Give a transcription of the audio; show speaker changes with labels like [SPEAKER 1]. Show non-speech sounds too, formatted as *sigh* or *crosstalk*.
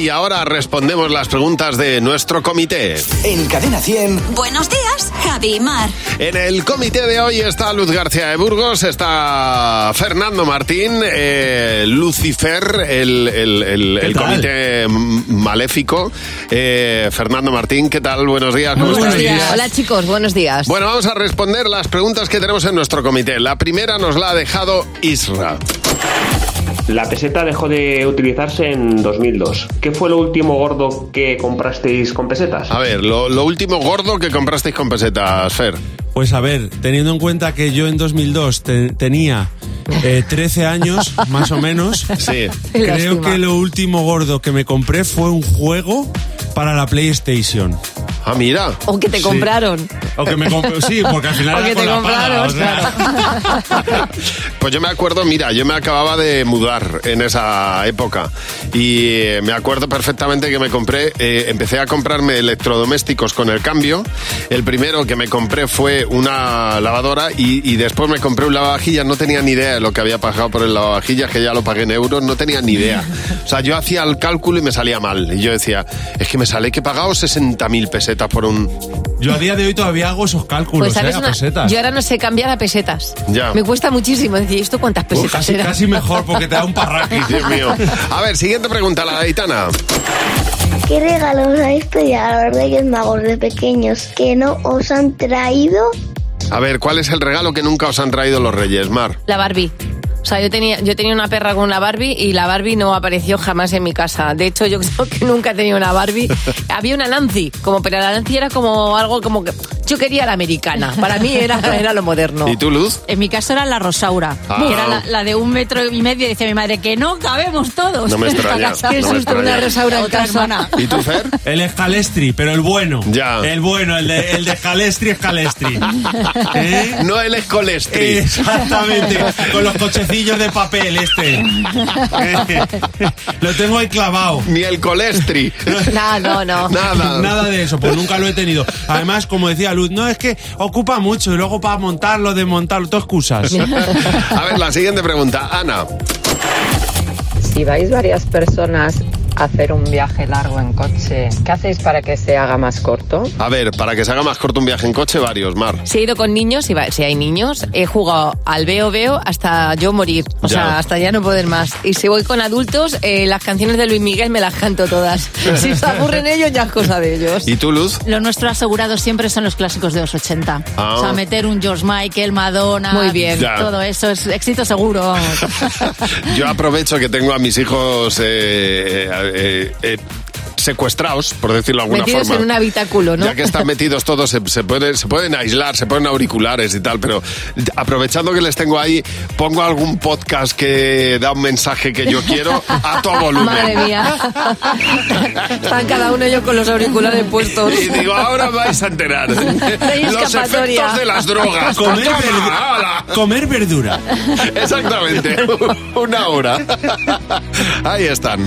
[SPEAKER 1] Y ahora respondemos las preguntas de nuestro comité.
[SPEAKER 2] En Cadena 100.
[SPEAKER 3] Buenos días, Javi y Mar.
[SPEAKER 1] En el comité de hoy está Luz García de Burgos, está Fernando Martín, eh, Lucifer, el, el- el- el
[SPEAKER 4] tal?
[SPEAKER 1] comité m- maléfico. Eh, Fernando Martín, ¿qué tal? Buenos días, ¿cómo
[SPEAKER 5] Buenos
[SPEAKER 1] estáis?
[SPEAKER 5] días. Hola chicos, buenos días.
[SPEAKER 1] Bueno, vamos a responder las preguntas que tenemos en nuestro comité. La primera nos la ha dejado Isra.
[SPEAKER 6] La peseta dejó de utilizarse en 2002. ¿Qué fue lo último gordo que comprasteis con pesetas?
[SPEAKER 1] A ver, lo, lo último gordo que comprasteis con pesetas, Fer.
[SPEAKER 4] Pues a ver, teniendo en cuenta que yo en 2002 te- tenía eh, 13 años, más o menos,
[SPEAKER 1] Sí.
[SPEAKER 4] creo
[SPEAKER 5] Lástima.
[SPEAKER 4] que lo último gordo que me compré fue un juego para la PlayStation.
[SPEAKER 1] Ah, mira.
[SPEAKER 5] O Oh, que te
[SPEAKER 4] Sí.
[SPEAKER 5] compraron.
[SPEAKER 4] O que me compré, sí, porque al
[SPEAKER 5] *laughs*
[SPEAKER 4] final
[SPEAKER 5] O
[SPEAKER 4] era
[SPEAKER 5] que
[SPEAKER 4] con
[SPEAKER 5] te
[SPEAKER 4] la paga,
[SPEAKER 5] compraron,
[SPEAKER 4] o sea.
[SPEAKER 1] Pues yo me acuerdo, mira, yo me acababa de mudar en esa época y eh, me acuerdo perfectamente que me compré, eh, empecé a comprarme electrodomésticos con el cambio. El primero que me compré fue una lavadora y, y después me compré un lavavajillas. No tenía ni idea de lo que había pagado por el lavavajillas, que ya lo pagué en euros, no tenía ni idea. O sea, yo hacía el cálculo y me salía mal. Y yo decía, es que me sale que he pagado 60.000 pesetas por un...
[SPEAKER 4] *laughs*
[SPEAKER 1] *laughs*
[SPEAKER 4] Yo a día de hoy todavía hago esos cálculos,
[SPEAKER 5] Pues,
[SPEAKER 4] eh, a
[SPEAKER 5] una-
[SPEAKER 4] pesetas.
[SPEAKER 5] Yo ahora no sé cambiar a pesetas.
[SPEAKER 1] Ya.
[SPEAKER 5] Me cuesta muchísimo decir, ¿esto cuántas
[SPEAKER 4] Pues
[SPEAKER 5] pesetas
[SPEAKER 4] casi,
[SPEAKER 5] eran?
[SPEAKER 4] casi mejor porque te da un eh. parraqui.
[SPEAKER 5] *laughs*
[SPEAKER 1] Dios mío. A ver, siguiente pregunta, la gaitana.
[SPEAKER 7] ¿Qué este regalos habéis pedido a los Reyes Magos de pequeños que no os han traído?
[SPEAKER 1] A ver, ¿cuál es el regalo que nunca os han traído los Reyes, Mar?
[SPEAKER 5] La Barbie. O sea, yo tenía, yo tenía una perra con una Barbie y la Barbie no apareció jamás en mi casa. De hecho, yo *laughs* creo que nunca he tenido una
[SPEAKER 4] *laughs*
[SPEAKER 5] Barbie. Había una Nancy, como, pero la Nancy era como algo como que. Yo quería la americana. Para mí era, era lo moderno.
[SPEAKER 1] ¿Y tú, Luz?
[SPEAKER 8] En mi caso era la Rosaura,
[SPEAKER 1] Ah.
[SPEAKER 8] que era la, la de un metro y medio. Decía mi madre que no cabemos todos.
[SPEAKER 1] No me
[SPEAKER 8] en esta
[SPEAKER 1] extraña,
[SPEAKER 8] casa".
[SPEAKER 1] no me extraña.
[SPEAKER 5] Una Rosaura en
[SPEAKER 8] Otra
[SPEAKER 5] casa.
[SPEAKER 8] hermana.
[SPEAKER 1] ¿Y tú,
[SPEAKER 5] *laughs*
[SPEAKER 1] Fer?
[SPEAKER 4] El escalestri, pero el bueno.
[SPEAKER 1] Ya.
[SPEAKER 4] El bueno, el de, el de
[SPEAKER 5] *laughs*
[SPEAKER 4] escalestri, escalestri. ¿Eh?
[SPEAKER 1] No el escolestri.
[SPEAKER 4] Exactamente, con los cochecillos de papel este. Lo tengo ahí clavado.
[SPEAKER 1] Ni el colestri.
[SPEAKER 5] *laughs* No, no,
[SPEAKER 1] *laughs*
[SPEAKER 5] no.
[SPEAKER 1] Nada.
[SPEAKER 4] Nada de eso, pues nunca lo he tenido. Además, como decía Luz, no es que ocupa mucho y luego para montarlo, desmontarlo, todo excusas.
[SPEAKER 1] A ver, la siguiente pregunta. Ana.
[SPEAKER 9] Si vais varias personas a hacer un viaje largo en coche, ¿qué hacéis para que se haga más corto?
[SPEAKER 1] A ver, para que se haga más corto un viaje en coche, varios, Mar.
[SPEAKER 5] Si he ido con niños, si, va- si hay niños, he jugado al veo veo hasta yo morir. O
[SPEAKER 1] Ya.
[SPEAKER 5] sea, hasta ya no poder más. Y si voy con adultos, eh, las canciones de Luis Miguel me las canto
[SPEAKER 1] *laughs*
[SPEAKER 5] todas. Si se aburren ellos, ya es cosa de ellos.
[SPEAKER 1] ¿Y tú, Luz? *laughs*
[SPEAKER 8] Lo nuestro asegurado siempre son los clásicos de los 80.
[SPEAKER 1] Ah.
[SPEAKER 8] O sea, meter un George Michael, Madonna,
[SPEAKER 5] Muy bien.
[SPEAKER 1] Ya.
[SPEAKER 8] todo eso es éxito seguro.
[SPEAKER 1] *laughs*
[SPEAKER 8] vamos.
[SPEAKER 1] Yo aprovecho que tengo a mis hijos eh, eh, eh, secuestrados, por decirlo de alguna
[SPEAKER 5] Metidos
[SPEAKER 1] forma.
[SPEAKER 5] en un habitáculo, ¿no?
[SPEAKER 1] Ya que están metidos todos, se, se pueden, se pueden aislar, se ponen auriculares y tal, pero aprovechando que les tengo ahí, pongo algún podcast que da un mensaje que yo quiero a
[SPEAKER 5] *laughs*
[SPEAKER 1] todo volumen.
[SPEAKER 5] Madre
[SPEAKER 1] *laughs*
[SPEAKER 5] mía. Están cada uno ellos con los auriculares puestos.
[SPEAKER 1] Y digo, ahora vais a
[SPEAKER 5] *laughs*
[SPEAKER 1] enterar. Los
[SPEAKER 5] escapatoria.
[SPEAKER 1] efectos de las drogas.
[SPEAKER 4] Comer,
[SPEAKER 1] Toma,
[SPEAKER 4] verdu-
[SPEAKER 1] hala.
[SPEAKER 4] comer verdura.
[SPEAKER 1] *laughs* Exactamente. Una hora. Ahí están.